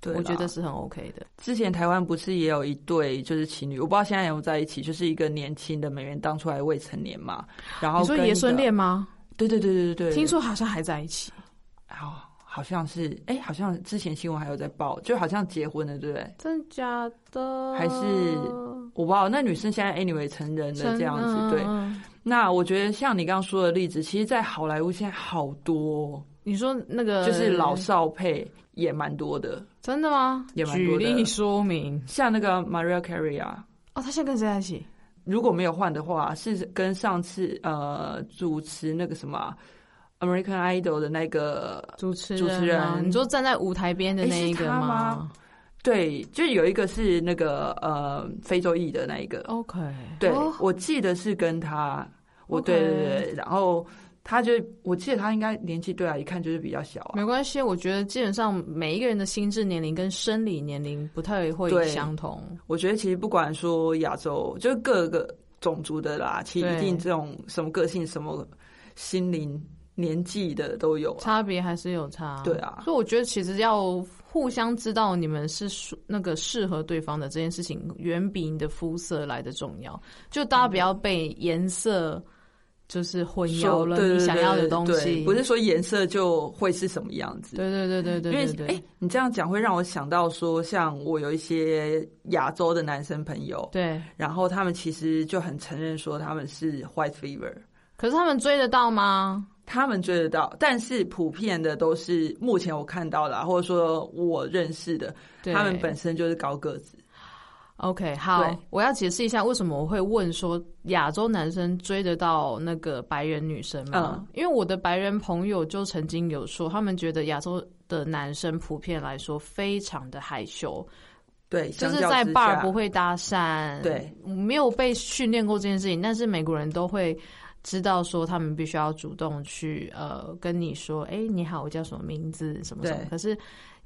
[SPEAKER 2] 对啦，
[SPEAKER 1] 我觉得是很 OK 的。
[SPEAKER 2] 之前台湾不是也有一对就是情侣，我不知道现在有没有在一起，就是一个年轻的美元当初还未成年嘛，然后
[SPEAKER 1] 你说
[SPEAKER 2] 跟一
[SPEAKER 1] 爷
[SPEAKER 2] 个
[SPEAKER 1] 孙，恋吗？
[SPEAKER 2] 对对对对对，
[SPEAKER 1] 听说好像还在一起。
[SPEAKER 2] 哦，好像是，哎、好像之前新闻还有在报，就好像结婚了，对不对？
[SPEAKER 1] 真的假的？
[SPEAKER 2] 还是我不知道，那女生现在 anyway 成人了这样子，对。
[SPEAKER 1] 嗯
[SPEAKER 2] 那我觉得像你刚刚说的例子，其实，在好莱坞现在好多、哦
[SPEAKER 1] 你说那个
[SPEAKER 2] 就是老少配也蛮多的，
[SPEAKER 1] 真的吗？
[SPEAKER 2] 也蛮
[SPEAKER 1] 举
[SPEAKER 2] 多的
[SPEAKER 1] 例说明
[SPEAKER 2] 像那个 Maria Carey 啊，
[SPEAKER 1] 哦，他现在跟谁在一起？
[SPEAKER 2] 如果没有换的话，是跟上次呃主持那个什么啊 American Idol 的那个，
[SPEAKER 1] 主持
[SPEAKER 2] 主持人
[SPEAKER 1] 啊你说站在舞台边的那一个
[SPEAKER 2] 诶是他吗对，就有一个是那个呃非洲裔的那一个，
[SPEAKER 1] ？OK，
[SPEAKER 2] 对、
[SPEAKER 1] 哦
[SPEAKER 2] 我记得是跟他，我
[SPEAKER 1] OK
[SPEAKER 2] 对对对，然后他就我记得他应该年纪对啊，一看就是比较小啊，
[SPEAKER 1] 没关系，我觉得基本上每一个人的心智年龄跟生理年龄不太会
[SPEAKER 2] 对
[SPEAKER 1] 相同。
[SPEAKER 2] 我觉得其实不管说亚洲，就是各个种族的啦，其实
[SPEAKER 1] 对
[SPEAKER 2] 一定这种什么个性、什么心灵、年纪的都有、啊。
[SPEAKER 1] 差别还是有差，
[SPEAKER 2] 对啊
[SPEAKER 1] 所以我觉得其实要互相知道你们是属那个适合对方的这件事情，远比你的肤色来的重要。就大家不要被颜色就是混淆了
[SPEAKER 2] 说对对
[SPEAKER 1] 你
[SPEAKER 2] 对
[SPEAKER 1] 想要的东
[SPEAKER 2] 对
[SPEAKER 1] 西，
[SPEAKER 2] 不是说颜色就会是什么样子。
[SPEAKER 1] 对？对对对对
[SPEAKER 2] 因为
[SPEAKER 1] 对对
[SPEAKER 2] 哎、你这样讲会让我想到说，像我有一些亚洲的男生朋友，
[SPEAKER 1] 对。
[SPEAKER 2] 然后他们其实就很承认说他们是 white fever，
[SPEAKER 1] 可是他们追得到吗？
[SPEAKER 2] 他们追得到，但是普遍的都是目前我看到的啊，或者说我认识的，
[SPEAKER 1] 对
[SPEAKER 2] 他们本身就是高个子。
[SPEAKER 1] OK 好
[SPEAKER 2] 对，
[SPEAKER 1] 我要解释一下为什么我会问说亚洲男生追得到那个白人女生吗？
[SPEAKER 2] 嗯
[SPEAKER 1] 因为我的白人朋友就曾经有说，他们觉得亚洲的男生普遍来说非常的害羞，
[SPEAKER 2] 对，
[SPEAKER 1] 就是
[SPEAKER 2] 相较
[SPEAKER 1] 在
[SPEAKER 2] 之
[SPEAKER 1] bar
[SPEAKER 2] 下
[SPEAKER 1] 不会搭讪，
[SPEAKER 2] 对，
[SPEAKER 1] 没有被训练过这件事情，但是美国人都会。知道说他们必须要主动去呃跟你说，哎、你好，我叫什么名字，什么什么。
[SPEAKER 2] 对
[SPEAKER 1] 可是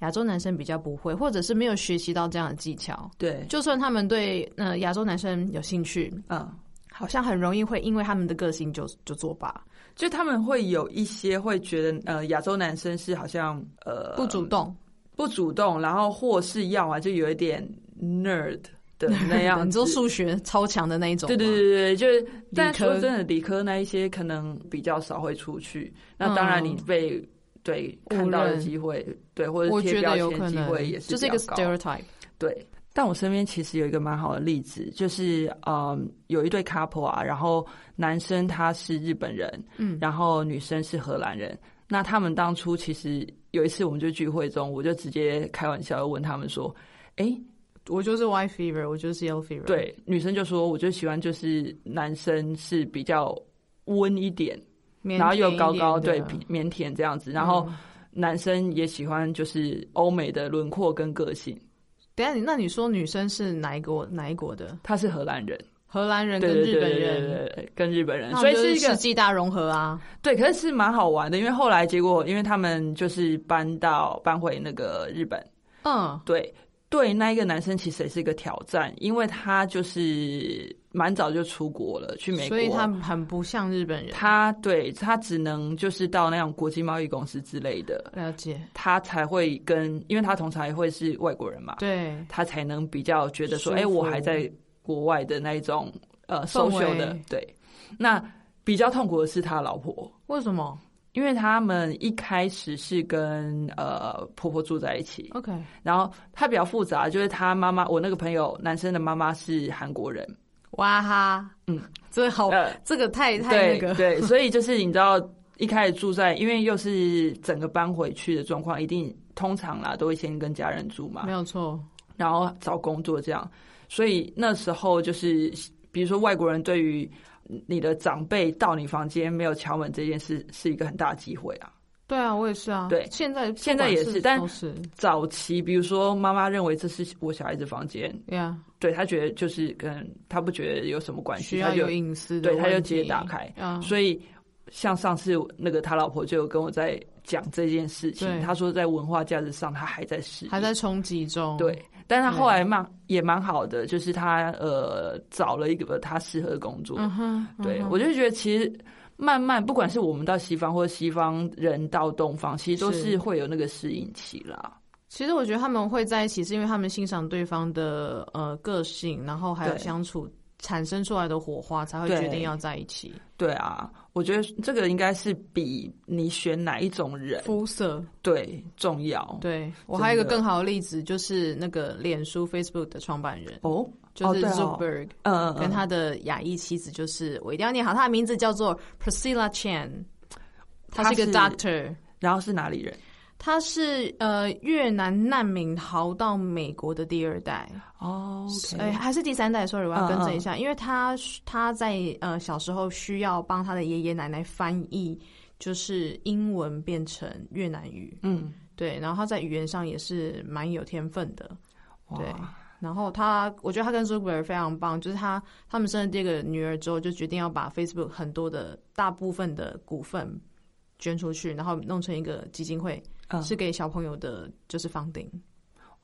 [SPEAKER 1] 亚洲男生比较不会，或者是没有学习到这样的技巧。
[SPEAKER 2] 对，
[SPEAKER 1] 就算他们对呃亚洲男生有兴趣，
[SPEAKER 2] 嗯，
[SPEAKER 1] 好像很容易会因为他们的个性就就作罢，
[SPEAKER 2] 就他们会有一些会觉得，呃，亚洲男生是好像呃
[SPEAKER 1] 不主动。
[SPEAKER 2] 不主动，然后或是要啊，就有一点 nerd 的那
[SPEAKER 1] *laughs*
[SPEAKER 2] 样
[SPEAKER 1] 你
[SPEAKER 2] 子
[SPEAKER 1] 说。数学超强的那一种吗，
[SPEAKER 2] 对对对对对，就是，但
[SPEAKER 1] 科
[SPEAKER 2] 说真的，理科那一些可能比较少会出去。那当然，
[SPEAKER 1] 嗯
[SPEAKER 2] 你被、对
[SPEAKER 1] 误
[SPEAKER 2] 看到的
[SPEAKER 1] 认
[SPEAKER 2] 机会，对或者
[SPEAKER 1] 我
[SPEAKER 2] 贴
[SPEAKER 1] 觉
[SPEAKER 2] 标
[SPEAKER 1] 得有
[SPEAKER 2] 签
[SPEAKER 1] 可
[SPEAKER 2] 机会
[SPEAKER 1] 能
[SPEAKER 2] 也
[SPEAKER 1] 就是是一
[SPEAKER 2] 比
[SPEAKER 1] 个
[SPEAKER 2] 较高。
[SPEAKER 1] stereotype。
[SPEAKER 2] 对，但我身边其实有一个蛮好的例子，就是嗯，有一对 couple 啊，然后男生他是日本人，
[SPEAKER 1] 嗯
[SPEAKER 2] 然后女生是荷兰人。那他们当初其实有一次我们就聚会中，我就直接开玩笑地问他们说：“哎、
[SPEAKER 1] 我就是 Y fever，我就是 L fever。，
[SPEAKER 2] 对，女生就说我就喜欢就是男生是比较温一点，
[SPEAKER 1] 腼
[SPEAKER 2] 然后又
[SPEAKER 1] 腆一嗯
[SPEAKER 2] 高高，对，
[SPEAKER 1] 点的
[SPEAKER 2] 比腼腆这样子，然后。男生也喜欢，就是欧美的轮廓跟个性。
[SPEAKER 1] 等一下你那你说女生是哪一国哪一国的？
[SPEAKER 2] 他是荷兰人，
[SPEAKER 1] 荷兰人
[SPEAKER 2] 对
[SPEAKER 1] 跟
[SPEAKER 2] 对
[SPEAKER 1] 日
[SPEAKER 2] 对
[SPEAKER 1] 本
[SPEAKER 2] 对对
[SPEAKER 1] 人，
[SPEAKER 2] 对对，跟日本人，
[SPEAKER 1] 那
[SPEAKER 2] 所以
[SPEAKER 1] 我们就是
[SPEAKER 2] 一个
[SPEAKER 1] 世纪大融合啊。
[SPEAKER 2] 对，可是是蛮好玩的，因为后来结果，因为他们就是搬到搬回那个日本，
[SPEAKER 1] 嗯，
[SPEAKER 2] 对对，那一个男生其实也是一个挑战，因为他就是蛮早就出国了，去美国，
[SPEAKER 1] 所以他很不像日本人。
[SPEAKER 2] 他对他只能就是到那种国际贸易公司之类的，
[SPEAKER 1] 了解，
[SPEAKER 2] 他才会跟，因为他通常也会是外国人嘛，
[SPEAKER 1] 对，
[SPEAKER 2] 他才能比较觉得说，
[SPEAKER 1] 舒
[SPEAKER 2] 哎、
[SPEAKER 1] 服
[SPEAKER 2] 我还在国外的那一种呃
[SPEAKER 1] 氛
[SPEAKER 2] social 的
[SPEAKER 1] 围，
[SPEAKER 2] 对。那比较痛苦的是他老婆，
[SPEAKER 1] 为什么
[SPEAKER 2] 因为他们一开始是跟呃婆婆住在一起，
[SPEAKER 1] ？OK，
[SPEAKER 2] 然后他比较复杂，就是他妈妈，我那个朋友男生的妈妈是韩国人，
[SPEAKER 1] 哇哈，
[SPEAKER 2] 嗯，
[SPEAKER 1] 这好
[SPEAKER 2] 呃，
[SPEAKER 1] 这个太哦太
[SPEAKER 2] 对
[SPEAKER 1] 那个，
[SPEAKER 2] 对，所以就是你知道，一开始住在，因为又是整个搬回去的状况，一定通常啦都会先跟家人住嘛
[SPEAKER 1] 没，有错，
[SPEAKER 2] 然后找工作这样，所以那时候就是，比如说外国人对于你的长辈到你房间没有敲门这件事，是一个很大的机会啊。
[SPEAKER 1] 对啊，我也是啊。
[SPEAKER 2] 对
[SPEAKER 1] 现在
[SPEAKER 2] 现在也
[SPEAKER 1] 不管
[SPEAKER 2] 是
[SPEAKER 1] 是，
[SPEAKER 2] 但
[SPEAKER 1] 都是
[SPEAKER 2] 早期，比如说妈妈认为这是我小孩子房间，
[SPEAKER 1] 呀
[SPEAKER 2] 对他觉得就是跟他不觉得有什么关系，
[SPEAKER 1] 需
[SPEAKER 2] 他
[SPEAKER 1] 要
[SPEAKER 2] 就
[SPEAKER 1] 有隐私的
[SPEAKER 2] 对
[SPEAKER 1] 问题，
[SPEAKER 2] 他就直接打开。
[SPEAKER 1] 嗯，
[SPEAKER 2] 所以像上次那个他老婆就有跟我在讲这件事情，
[SPEAKER 1] 对
[SPEAKER 2] 他说在文化价值上他还在适应，
[SPEAKER 1] 还在冲击中。
[SPEAKER 2] 对，但他后来蛮也蛮好的，就是他呃找了一个他适合的工作，
[SPEAKER 1] 嗯哼，嗯哼，
[SPEAKER 2] 对我就觉得其实。慢慢，不管是我们到西方，或者西方人到东方，其实都
[SPEAKER 1] 是
[SPEAKER 2] 是会有那个适应期啦。
[SPEAKER 1] 其实我觉得他们会在一起，是因为他们欣赏对方的呃个性，然后还有
[SPEAKER 2] 对
[SPEAKER 1] 相处产生出来的火花，才会
[SPEAKER 2] 对
[SPEAKER 1] 决定要在一起。
[SPEAKER 2] 对啊，我觉得这个应该是比你选哪一种人
[SPEAKER 1] 肤色，
[SPEAKER 2] 对重要。
[SPEAKER 1] 对我
[SPEAKER 2] 哦真的
[SPEAKER 1] 还有一个更好的例子，就是那个脸书 Facebook 的创办人，
[SPEAKER 2] 哦，
[SPEAKER 1] 就是
[SPEAKER 2] 对哦
[SPEAKER 1] Zuckerberg、
[SPEAKER 2] 呃，
[SPEAKER 1] 跟他的亚裔妻子，就是我一定要念好他的名字，叫做 Priscilla Chan，他是一个 doctor。
[SPEAKER 2] 然后是哪里人？
[SPEAKER 1] 他是呃越南难民逃到美国的第二代，
[SPEAKER 2] 哦
[SPEAKER 1] 哎、
[SPEAKER 2] ，OK，
[SPEAKER 1] 还是第三代，sorry，我
[SPEAKER 2] 嗯
[SPEAKER 1] 要更
[SPEAKER 2] 嗯
[SPEAKER 1] 正一下，因为他他在呃小时候需要帮他的爷爷奶奶翻译，就是英文变成越南语，
[SPEAKER 2] 嗯，
[SPEAKER 1] 对，然后他在语言上也是蛮有天分的，
[SPEAKER 2] 哇
[SPEAKER 1] 对然后他，我觉得他跟 Zuckerberg 非常棒，就是他他们生了这个女儿之后，就决定要把 Facebook 很多的大部分的股份捐出去，然后弄成一个基金会，
[SPEAKER 2] 嗯
[SPEAKER 1] 是给小朋友的，就是房顶。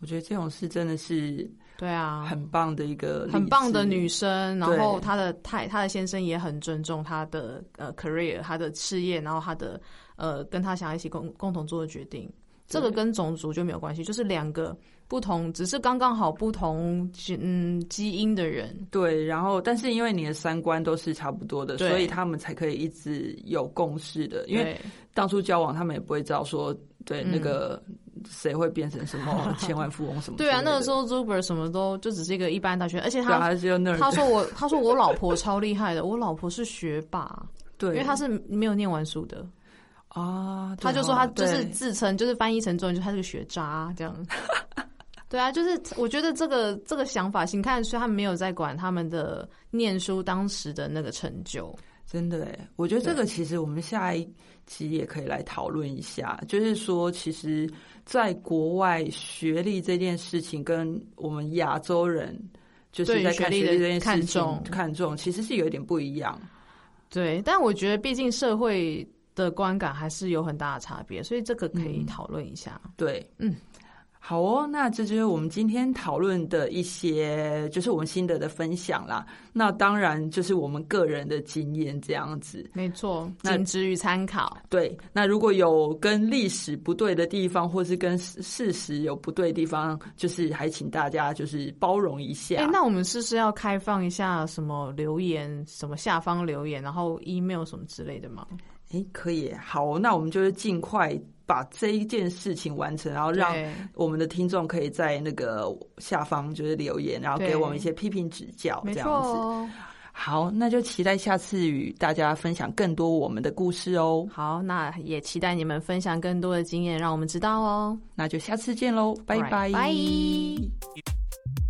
[SPEAKER 2] 我觉得这种事真的是
[SPEAKER 1] 对啊，
[SPEAKER 2] 很棒的一个例子
[SPEAKER 1] 很棒的女生，然后
[SPEAKER 2] 对
[SPEAKER 1] 她的太她的先生也很尊重她的呃 career，她的事业，然后她的呃跟她想要一起共共同做的决定。这个跟种族就没有关系，就是两个不同，只是刚刚好不同嗯基因的人。
[SPEAKER 2] 对，然后但是因为你的三观都是差不多的，
[SPEAKER 1] 对
[SPEAKER 2] 所以他们才可以一直有共识的。因为
[SPEAKER 1] 对
[SPEAKER 2] 当初交往，他们也不会知道说对
[SPEAKER 1] 嗯
[SPEAKER 2] 那个谁会变成什
[SPEAKER 1] *laughs*
[SPEAKER 2] 么千万富翁什么之类
[SPEAKER 1] 对
[SPEAKER 2] 的。
[SPEAKER 1] 啊，那个时候 Zuber 什么都就只是一个一般大学，而且
[SPEAKER 2] 对啊啊
[SPEAKER 1] 他
[SPEAKER 2] 还是有那
[SPEAKER 1] 他说我他说我老婆超厉害的，我老婆是学霸，
[SPEAKER 2] 对，
[SPEAKER 1] 因为他是没有念完书的。
[SPEAKER 2] 啊，对
[SPEAKER 1] 他就
[SPEAKER 2] 哦
[SPEAKER 1] 说他就是
[SPEAKER 2] 对
[SPEAKER 1] 自称，就是翻译成中文，就是他是个学渣这
[SPEAKER 2] *laughs*
[SPEAKER 1] 样。对啊，就是我觉得这个这个想法，你看，所以他们没有在管他们的念书当时的那个成就，
[SPEAKER 2] 真的哎，我觉得这个其实我们下一集也可以来讨论一下，就是说，其实在国外学历这件事情跟我们亚洲人就是
[SPEAKER 1] 对于
[SPEAKER 2] 在
[SPEAKER 1] 学
[SPEAKER 2] 看
[SPEAKER 1] 历的
[SPEAKER 2] 历这件事
[SPEAKER 1] 看
[SPEAKER 2] 情
[SPEAKER 1] 重
[SPEAKER 2] 看重，其实是有一点不一样。
[SPEAKER 1] 对。但我觉得，毕竟社会的观感还是有很大的差别，所以这个可
[SPEAKER 2] 嗯
[SPEAKER 1] 以讨论一下。
[SPEAKER 2] 对，
[SPEAKER 1] 嗯，
[SPEAKER 2] 好哦，那这就是我们今天讨论的一些，就是我们心得的分享啦。那当然就是我们个人的经验这样子。
[SPEAKER 1] 没错，
[SPEAKER 2] 那
[SPEAKER 1] 仅止于参考。
[SPEAKER 2] 对，那如果有跟历史不对的地方，或是跟事事实有不对的地方，就是还请大家就是包容一下。
[SPEAKER 1] 哎、那我们试试要开放一下什么留言，什么下方留言，然后 email 什么之类的吗？
[SPEAKER 2] 诶可以耶，好，哦那我们就是尽快把这一件事情完成，然后让
[SPEAKER 1] 对
[SPEAKER 2] 我们的听众可以在那个下方就是留言，然后给
[SPEAKER 1] 对
[SPEAKER 2] 我们一些批评指教，
[SPEAKER 1] 没
[SPEAKER 2] 这
[SPEAKER 1] 错
[SPEAKER 2] 样子。
[SPEAKER 1] 哦。
[SPEAKER 2] 好，那就期待下次与大家分享更多我们的故事哦。
[SPEAKER 1] 好，那也期待你们分享更多的经验，让我们知道哦。
[SPEAKER 2] 那就下次见喽，拜
[SPEAKER 1] Alright，
[SPEAKER 2] 拜。
[SPEAKER 1] 拜